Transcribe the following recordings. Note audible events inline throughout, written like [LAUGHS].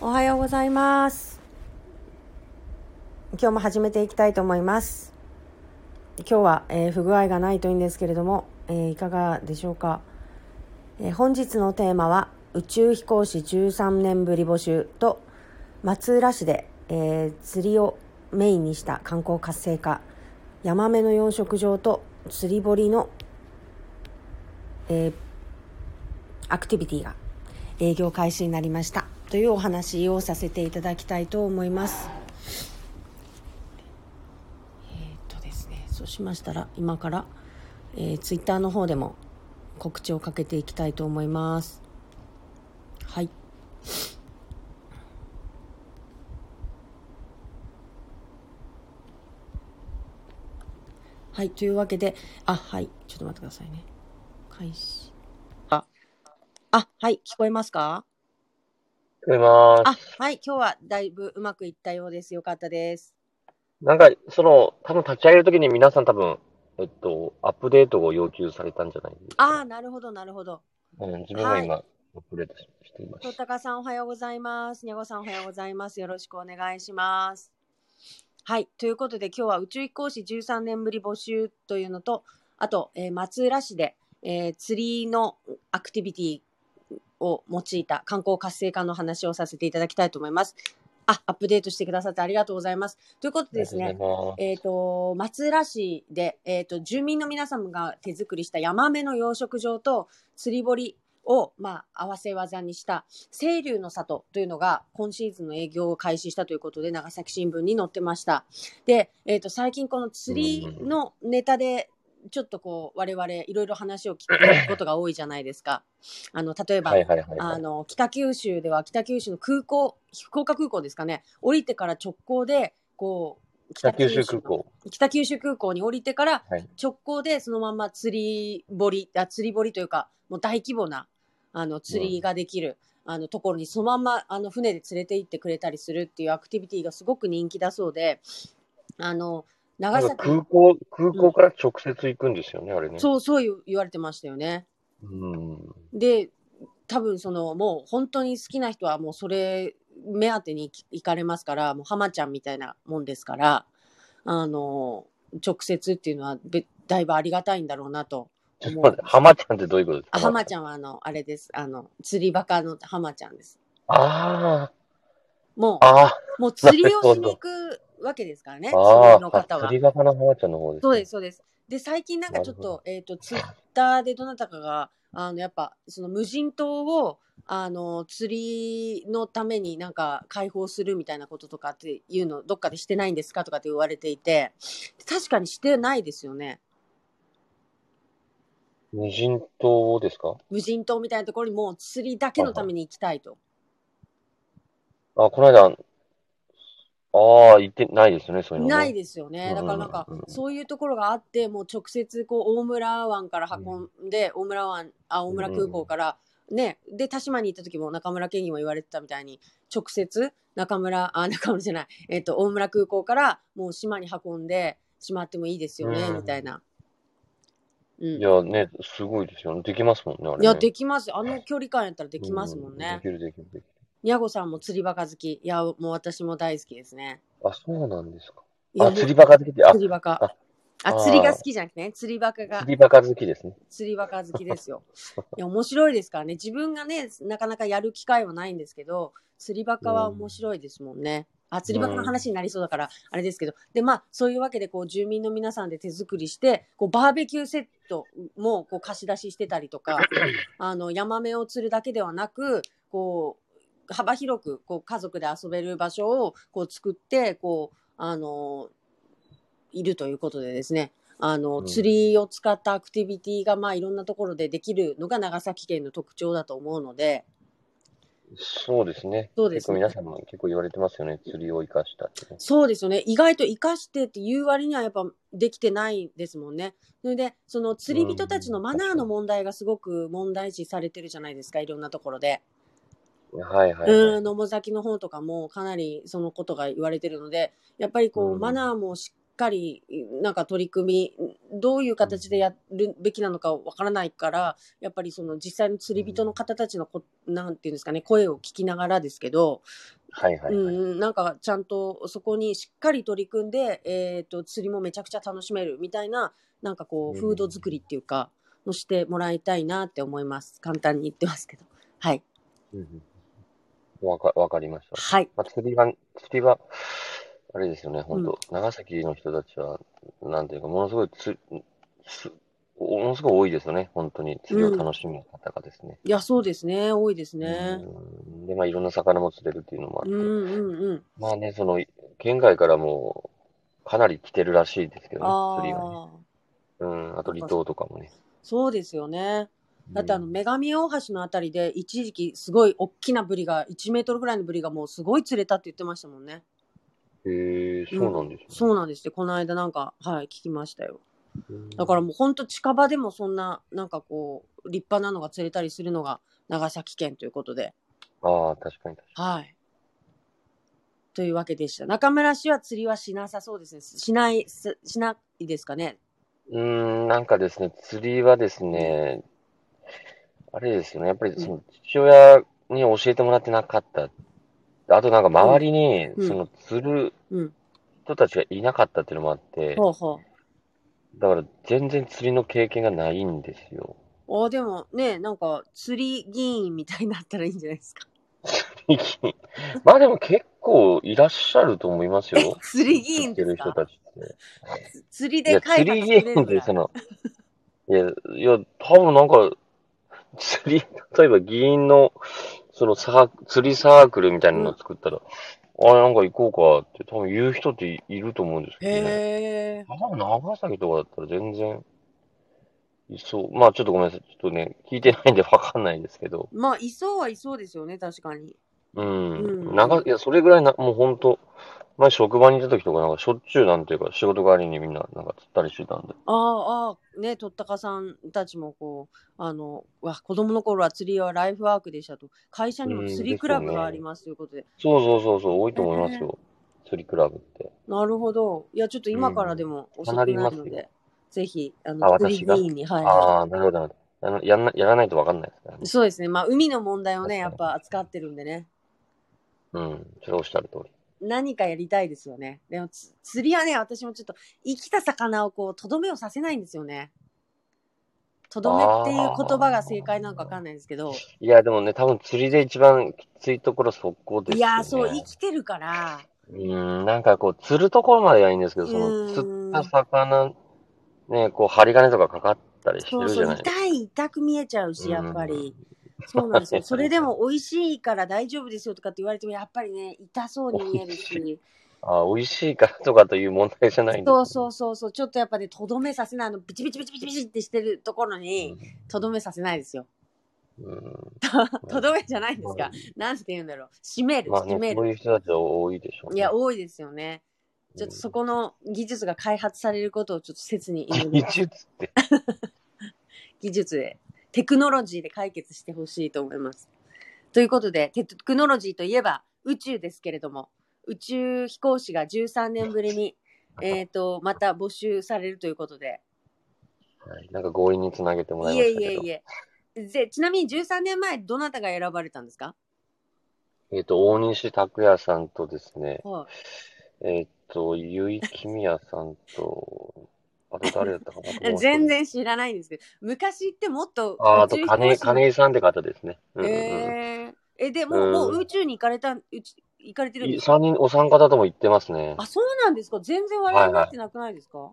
おはようございます今日も始めていきたいと思います今日は、えー不具合がないといいんですけれども、えーいかがでしょうか、えー本日のテーマは宇宙飛行士13年ぶり募集と松浦市で、えー釣りをメインにした観光活性化ヤマメの養殖場と釣り堀の、えーアクティビティが営業開始になりましたというお話をさせていただきたいと思いますえーっとですねそうしましたら今から、えー、ツイッターの方でも告知をかけていきたいと思いますはいはいというわけであはいちょっと待ってくださいね開始あはい聞こえますか聞こえまあす。、はい、今日はだいぶうまくいったようです。よかったです。なんか、その、多分立ち上げるときに皆さん多分、えっと、アップデートを要求されたんじゃないですああ、か。なるほど、なるほど。うん、自分が今、アップデートしていまとす。たかさん、おはようございます。にゃごさん、おはようございます。よろしくお願いします。はい、ということで、今日は宇宙飛行士13年ぶり募集というのと、あと、えー松浦市で、えー釣りのアクティビティを用いた観光活性化の話をさせていただきたいと思います。あ、アップデートしてくださってありがとうございます。ということでですね、ありがとうございえー、と松浦市で、えー、と住民の皆様が手作りしたヤマメの養殖場と釣り堀を、まあ、合わせ技にした清流の里というのが今シーズンの営業を開始したということで長崎新聞に載ってましたで、えー、と最近この釣りのネタでちょっとこう我々いろいろ話を聞くことが多いじゃないですかあの例えば、ます。はいはいはいはあい。の北九州では北九州の空港福岡空港ですかね降りてから直行でこう北九州空港。北九州空港に降りてからはい直行でそのまま釣り堀あ釣り堀というかもう大規模なあの釣りができる、あのところにそのまんまあの船で連れて行ってくれたりするっていうアクティビティがすごく人気だそうであのな長ん崎か空港、空港から直接行くんですよね、あれね。そうそう言う言われてましたよね。うん。で多分そのもう本当に好きな人はもうそれ目当てに行かれますからもう浜ちゃんみたいなもんですからあの直接っていうのはべだいぶありがたいんだろうなとちょっと思待うって、。浜ちゃんってどういうことですあか浜ちゃん。ゃんはあのあれですあの釣りバカの浜ちゃんです。あもあ、あうもう釣りをしに行くわけですからねあ、釣ありのあ、方は釣。りがかの浜ちゃんの方です、。そうですす、そうです。で、最近なんかちょっなると、えっ、と、ツイッターでどなたかが、あの、やっぱ、その無人島を、あの、釣りのためになんか開放するみたいなこととかっていうの、どっかでしてないんですかとかって言われていて、確かにしてないですよね。無人島ですか無人島みたいなところにもう釣りだけのために行きたいと。あ、この間、ああ、行ってないですよね、そういうのね。ないですよね。うんだかうんうんらなんか、そういうところがあって、もう直接こう大村湾から運んで、大村湾、あ、大村空港から、ね、で、田島に行った時も中村県議も言われてたみたいに、直接中村、あ、中村じゃない、えっと、大村空港からもう島に運んでしまってもいいですよね、うんみたいな。うん。いやね、すごいですよね。できますもんね、あれ、いね。や、できます。あの距離感やったらできますもんううねでき。る、できる、できる。にゃごさんも釣りバカ好き。いや、もう私も大好きですね。あ、そうなんですか。いやあ、釣りバカ好きで、あ、釣釣りバカあ。あ、あー釣りが好きじゃなくてね、釣りバカが。りバカ好きですね。釣りバカ好きですよ。いや、面白いですからね。自分がね、なかなかやる機会はないんですけど、釣りバカは面白いですもんね。あ、釣りバカの話になりそうだから、あれですけど。で、まあ、そういうわけで、こう、住民の皆さんで手作りして、こう、バーベキューセットも、こう、貸し出ししてたりと [LAUGHS] か、あの、ヤマメを釣るだけではなく、こう、幅広く、こう、家族で遊べる場所を、こう、作って、こう、あの、いるということでですね。あの、うん釣りを使ったアクティビティが、まあ、いろんなところでできるのが長崎県の特徴だと思うので、そうですね。そうですね結構皆さんも結構言われてますよね。釣りを生かしたってね。そうですよね。意外と生かしてっていう割にはやっぱできてないですもんね。それで、その釣り人たちのマナーの問題がすごく問題視されてるじゃないですか、いろんなところで。はいはい、うはん、野母崎の方とかもかなりそのことが言われてるので、やっぱりこう、うんマナーもしっかり、なんか取り組み、どういう形でやるべきなのかわからないから、やっぱりその実際の釣り人の方たちのこ、なんていうんですかね、声を聞きながらですけど、はいはいはい。うんうん、なんかちゃんとそこにしっかり取り組んで、えー、と釣りもめちゃくちゃ楽しめるみたいななんかこううんフード作りっていうかのしてもらいたいなって思います簡単に言ってますけどはいうんうんわか、わかりました。はいまあ、釣りは、釣りは、あれですよね、本当、長崎の人たちは、なんていうか、ものすごいつ、すものすごい多いですよね、本当に。釣りを楽しむ方がですね。いやそうですね多いですねうんで、まあ、いろんな魚も釣れるっていうのもあうって。んうんうんまあね、その、県外からも、かなり来てるらしいですけどね、釣りはね。ああうん、あと離島とかもね。そうですよねだってあのうん女神大橋のあたりで一時期すごい大きなブリが1メートルぐらいのブリがもうすごい釣れたって言ってましたもんねへえ、そうなんですね。そうなんですってこの間なんかはい聞きましたようんだからもうほんと近場でもそんな、なんかこう、立派なのが釣れたりするのが長崎県ということで、ああ、確かに確かに。はい。というわけでした。中村氏は釣りはしなさそうですね。しない、すしないですかね。うーん、なんかですね、釣りはですね、あれですよね、やっぱりその父親に教えてもらってなかった。あとなんか周りにうんその釣るうん。人たちがいなかったっていうのもあって、ほうほう。だから全然釣りの経験がないんですよ。おでもね、なんか釣り議員みたいになったらいいんじゃないですか。 [LAUGHS] [LAUGHS] まあでも結構いらっしゃると思いますよ。釣り議員釣ってでする人かたちって。つ釣りいでや、開発釣りすゲるームので、がその、いや、いや、多分なんか、釣り、例えば議員の、そのサーク、釣りサークルみたいなのを作ったら、あれなんか行こうかって多分言う人っていいると思うんですけどね。へえ。多分長崎とかだったら全然、いそう。まあちょっとごめんなさい。ちょっとね、聞いてないんでわかんないんですけど。まあ、いそうはいそうですよね、確かに。うん。うん長いや、それぐらいな、もうほんと、前職場にいた時とかなんかしょっちゅうなんていうか、仕事帰りにみんななんか釣ったりしてたんで。ああ、ああ、ね、とったかさんたちもこう、あの、わ、子供の頃は釣りはライフワークでしたと、会社にも釣りクラブがありますということで、そうそうそうそう、多いと思いますよ。釣りクラブって。なるほど。いや、ちょっと今からでも遅くないかなのりいますで、ぜひ、ああの、釣り私が議員に、はいはああ、なるほど、なるほど。やらやんなやらないとわかんないですからねい。。そうですね、まあ、海の問題をね、やっ確かにぱ扱ってるんでね、うん、それおっしゃる通り。何かやりたいですよね。でも、つ釣りはね、私もちょっと、生きた魚をこう、とどめをさせないんですよね。とどめっていう言葉が正解なのかわかんないですけど、いや、でもね、多分釣りで一番きついところ、そこですいよね。や、そう、生きてるから、うん、なんかこう、釣るところまではいいんですけど、その、うん釣った魚、ね、こう、針金とかかかったりしてそうるじそゃう、ないですか。痛い、痛く見えちゃうし、やっぱり。そうななんんでですすよ [LAUGHS] よ。それでも美味しいから大丈夫ですよとかって言われても、やっぱりね、痛そうに見えるし。あー美味しいからとかという問題じゃないんですそようそうそうそう、ちょっとやっぱね、とどめさせないあの、ビチビチビチビチビチってしてるところに、とどめさせないですよ。うん。とどめじゃないんですか。なんて言うんだろう。締める、まあ締めね、そうる。いう人たちは多いでしょういね。や、多いですよね。ちょっとそこの技術が開発されることをちょっと切に祈り技ます術って。技術で、テクノロジーで解決してほしいと思います。ということで、テクノロジーといえば宇宙ですけれども、宇宙飛行士が13年ぶり [LAUGHS] に、えっと、また募集されるということで、はい、なんか強引につなげてもらいいまえしたいえけど。いえ。ぜちなみに13年前、どなたが選ばれたんですかえっと、大西拓也さんとですね、はえっと、結井君也さんと、あと誰だったかなと思うい人全。然知らないんですけど、昔ってもっとああ、あと、金井、の金井さんって方ですね。うんうんえーえ、でもう、もう宇宙に行かれた、うち行かれてうるん。んいですか三人、お三方とも言ってますね。あ、そうなんですか全然話題になってなくないですか、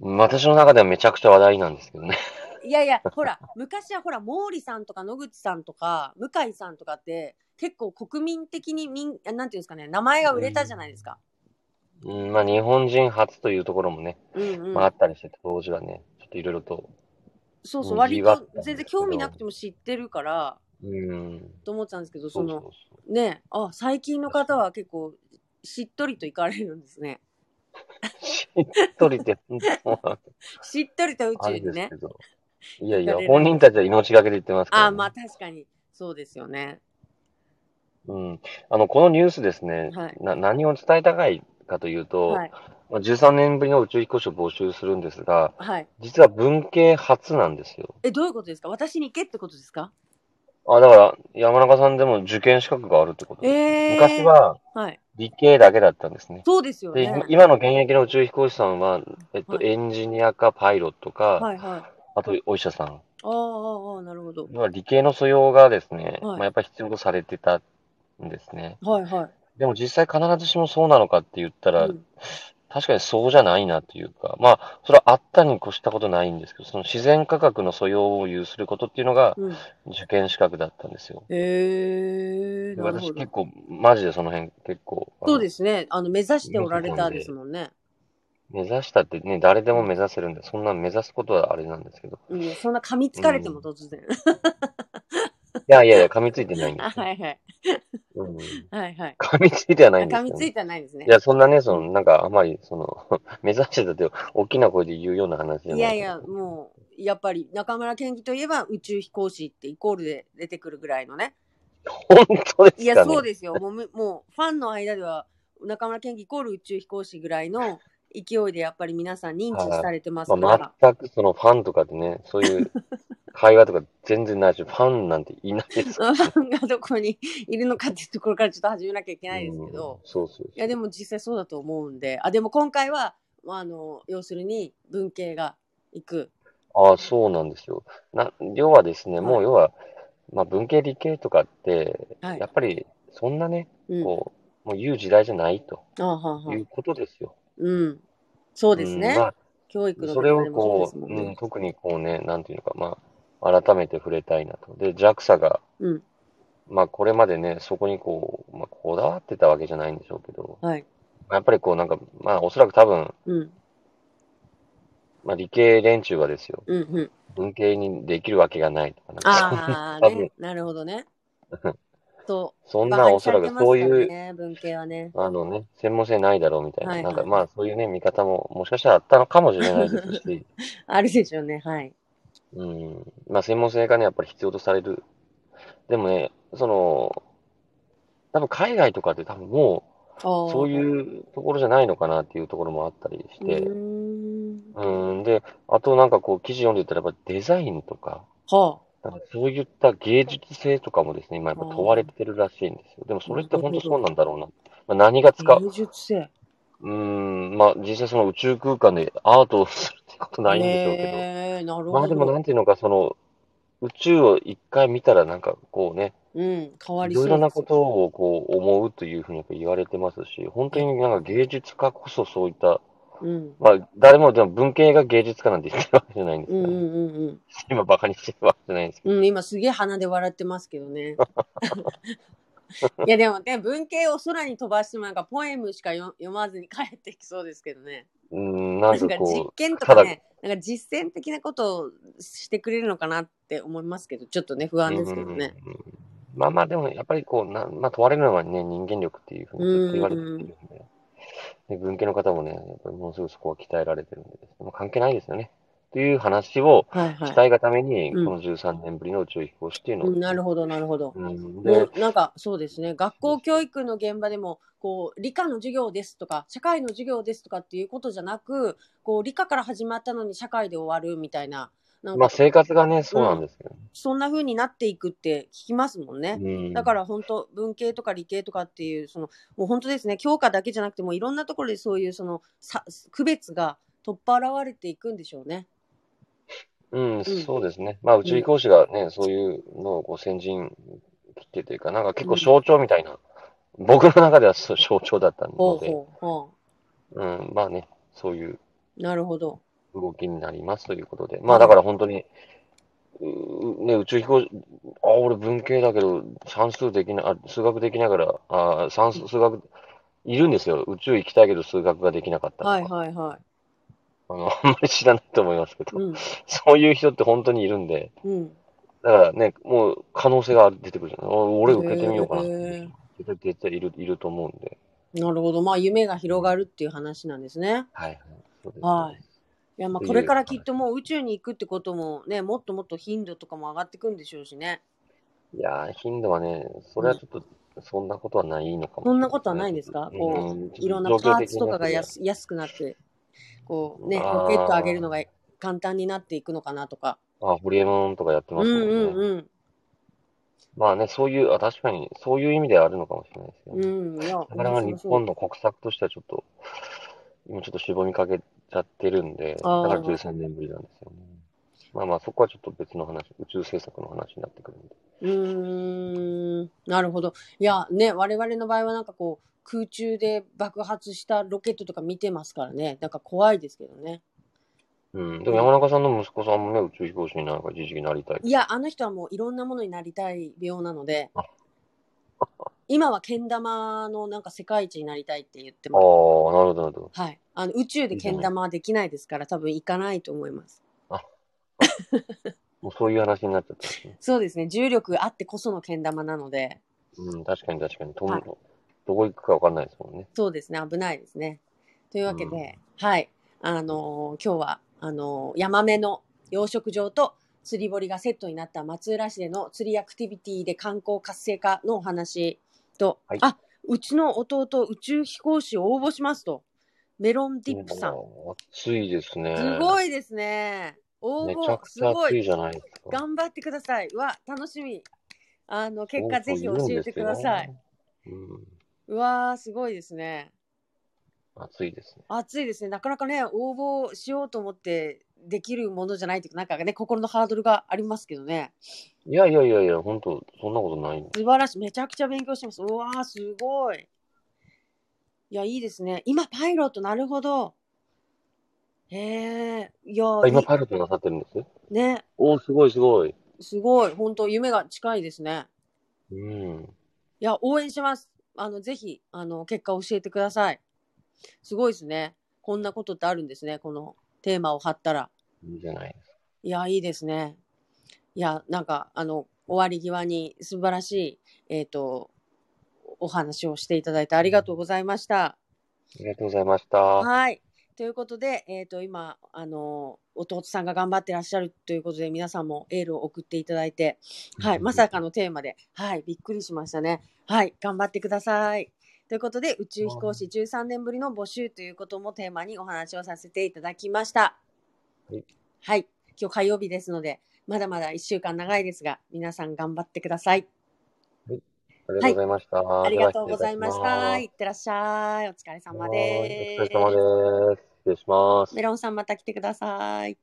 うん私の中ではめちゃくちゃ話題なんですけどね。 [LAUGHS] いやいや、ほら、昔はほら、毛利さんとか野口さんとか、向井さんとかって、結構国民的にみん、なんていうんですかね、名前が売れたじゃないですか。うん、まあ、日本人初というところもね、うんうん。まあ、あったりして、当時はね、ちょっといろいろと、そううそんう、割疑惑と全然興味なくても知ってるから、うん、と思ってたんですけど、そそうその、うそう。ね、あ、最近の方は結構、しっとりと行かれるんですね。しっと [LAUGHS] りって、本当しっとりと宇あ宙れでにすねけ。ど。いやいや行かれ、る本人たちは命がけで言ってますから、ね。あ、まあ確かに、そうですよね。うん、あの、このニュースですね、はいな、何を伝えたかいかというと、はい。まあ13年ぶりの宇宙飛行士を募集するんですが、はい。実は文系初なんですよ。え、どういうことですか私に行けってことですかあ、だから、山中さんでも受験資格があるってことです。ええ昔、ははい。理系だけだったんですね。そうですよで、ね。今の現役の宇宙飛行士さんは、えっと、はいエンジニアかパイロットか、はいはい。ああとお医者さん。あ、ああ、なるほど。要は理系の素養がですね、はいまあやっぱり必要とされてたんですね。はいはい。でも実際必ずしもそうなのかって言ったら、うん確かにそうじゃないなというか、まあ、それはあったに越したことないんですけど、その自然科学の素養を有することっていうのがうん、受験資格だったんですよ。ええでなる私ほど結。構、マジでその辺結構、あのそうですね。あの、目指しておられたですもんね。目指したってね、誰でも目指せるんで、そんな目指すことはあれなんですけど。うん、そんな噛みつかれても突然。いやいやいや、噛みついてないんであすよ。 [LAUGHS] はいはい。うん、はいはい。噛みついてはないんです噛けみど、ついてはないですねい。や、そんなね、その、なんか、あまり、その、 [LAUGHS] 目指してたって、大きな声で言うような話じゃないいやいや、と思うもう、やっぱり中村健義といえば宇宙飛行士ってイコールで出てくるぐらいのね。本当ですかね。いや、そうですよ。もうむ、もう、ファンの間では、中村健義イコール宇宙飛行士ぐらいの勢いで、やっぱり皆さん認知されてますから。まあ、全くそのファンとかでね、そういう会話とか全然ないし、ファンなんていないですからファンがどこにいるのかっていうところからちょっと始めなきゃいけないですけど、うんそうそう。いやでも実際そうだと思うんであでも今回は、まあ、あの要するに文系が行くああ、そうなんですよ。な、要はですね、はいもう要は、まあ文系理系とかって、はいやっぱりそんなね、うんこう、もう言う時代じゃないとあはあはいあうことですよ。うんそうですんね、まあ教育のそれを部分でもこ、そううですもんうねん、特にこうね、なんていうのか、まあ、改めて触れたいなと。で、JAXA が、うんまあ、これまでね、そこにこう、まあ、こだわってたわけじゃないんでしょうけど、はいまあやっぱりこう、なんか、まあ、おそらく多分、うんまあ、理系連中はですよ、うん [LAUGHS] うん文系にできるわけがないとか、なんかあ多あ分ねなるほど [LAUGHS] ねそそうんバカなにおさそれてらくますそかういらう、ね文系はねあのね、専門性ないだろうみたいな、はいなんはかいまあそういうね、見方ももしかしたらあったのかもしれないです [LAUGHS] し、あるでしょうねはいうん、まあ専門性がね、やっぱり必要とされる。でもね、その、多分海外とかって多分もう、そうういうところじゃないのかなっていうところもあったりしうて、ーんうん、で、あとなんかこう記事読んでたらやっぱデザインとか、はなんかそういった芸術性とかもですね、今やっぱ問われてるらしいんですよ。でもそれって本当そうなんだろうな。まあ、何が使あう、芸術性うーん、まあ実際その宇宙空間でアートをするってことないんでしょうけど。ねえなるほど。まあでもなんていうのか、その宇宙を一回見たらなんかこうね、うん、変わいりそうですろいよろなことをこう思うというふうにやっぱ言われてますし、本当になんか芸術家こそそういった、うん。まあ誰もでも文系が芸術家なんて言ってるわけじゃないんですうけんど、うねんうんうん。今バカにしてるわけじゃないんですけうん、今すげえ鼻で笑ってますけど [LAUGHS] ね。いやでもね、文系を空に飛ばしてもなんかポエムしか読読まずに帰ってきそうですけどね。ど、うーん、ななんんかかこ実う、験とたかだね、なんか実践的なことをしてくれるのかなって思いますけど、ちょっとね、不安ですけどね。うんうんうんまあまあ、でもやっぱりこうな、まあ、問われるのはね、人間力っていうふうにずっと言われてるんで、で文系の方もね、やっぱりものすごくそこは鍛えられてるんでですね、まあ、関係ないですよね。という話をはいはしたいがために、うんこの13年ぶりの宇宙飛行士っていうい。のを、うん、なるほど、なるほど。うんでもうなんかそうですね学校教育の現場でもこう理科の授業ですとか社会の授業ですとかっていうことじゃなくこう理科から始まったのに社会で終わるみたいななんまあか生活がね、そうなんですけど、そんな風になっていくって聞きますもんね。うんだから本当文系とか理系とかっていうそのもう本当ですね教科だけじゃなくてもういろんなところでそういうそのさ区別が取っ払われていくんでしょうね。うん、そうですね。まあ宇宙飛行士がね、そういうのをこう先陣切ってというか、なんか結構象徴みたいな、僕の中ではそう象徴だったほのうで、ほうほうん、まあね、そういううなるほど。動きになりますということで、まあだから本当に、うね、宇宙飛行士、あ、俺文系だけど、算数できな、あ数学できながら、あ、算数、数学、いるんですよ。宇宙行きたいけど数学ができなかったとか。はいはいはい。あの、あんまり知らないと思いますけど、うんそういう人って本当にいるんで、うん。だからね、もう可能性が出てくるじゃない。お俺受けてみようかなってへー絶対、絶対いる、いると思うんで。なるほど。まあ夢が広がるっていう話なんですね。はいはい。そうですはい。いやまっあていうこれからきっともう宇宙に行くってこともね、もっともっと頻度とかも上がってくんでしょうしね。いやー、頻度はね、それはちょっとそんなことはないのかも。そんなことはないんですかこうんいろんなパーツとかが状況的な安安くなって、こうね、あーロケット上げるのが簡単になっていくのかなとか。あ、ホリエモンとかやっうてますもんね。んうんまあね、そういう、あ、確かに、そういう意味ではあるのかもしれないですけど、ね。うん。うん。いや、なかなか面白日そう本の国策としてはちょっと、今ちょっとしぼみかけちゃってるんで、だかあーら13年ぶりなんですよね。まあまあ、そこはちょっと別の話、宇宙政策の話になってくるんで。うーん、なるほど。いや、ね、我々の場合はなんかこう、空中で爆発したロケットとか見てますからね。なんか怖いですけどね。うん。でも山中さんの息子さんもね、宇宙飛行士になんか一時期なりたい。いや、あの人はもういろんなものになりたい病なのであ、今はけん玉のなんか世界一になりたいって言ってああ、なます。るほど、なるほど。はい。あの、宇宙でけん玉はできないですから、多分行かないと思います。もうそういう話になっちゃったんですね。そうですね。重力あってこそのけん玉なので、うん、確かに確かに。とはいどこ行くかわかんないですもんね。そうですね、危ないですね。というわけで、はい、あのー今日は、あのーヤマメの養殖場と釣り堀がセットになった松浦市での釣りアクティビティで観光活性化のお話と、はいあ、うちの弟宇宙飛行士を応募しますと、メロンディップさん。うん。暑いですね。すごいですね。応めちゃ募、くすちゃご暑いいじ。ゃないですか。頑張ってください。うわ、楽しみ。あの、結果ぜひ教えてください。うん。うわー、すごいですね。暑いですね。暑いですね。なかなかね、応募しようと思ってできるものじゃないというか、なんかね、心のハードルがありますけどね。いやいやいやいや、本当そんなことない。素晴らしい。めちゃくちゃ勉強してます。うわー、すごい。いや、いいですね。今、パイロット、なるほど。へえー、いやあ、今いパイロットなさってるんですね、おー、すごいすごい。すごい。本当夢が近いですね。うん。いや、応援します。あの、ぜひ、あの、結果教えてください。すごいですね。こんなことってあるんですね。このテーマを貼ったら。いいじゃないですか。いや、いいですね。いや、なんか、あの、終わり際に素晴らしい、えっ、と、お話をしていただいてありがとうございました。ありがとうございました。はい。ということで、えっ、と、今、あの、弟さんが頑張ってらっしゃるということで、皆さんもエールを送っていただいて、はい。まさかのテーマで、はい。びっくりしましたね。はい。頑張ってください。ということで、宇宙飛行士13年ぶりの募集ということもテーマにお話をさせていただきました。はい。はい。今日火曜日ですので、まだまだ1週間長いですが、皆さん頑張ってください。ありがとうございました。ありではがとうございまし失礼た。いいってらっしゃい。お疲れたし様ますはーいでお疲れ様です。失礼します。メロンさんまた来てください。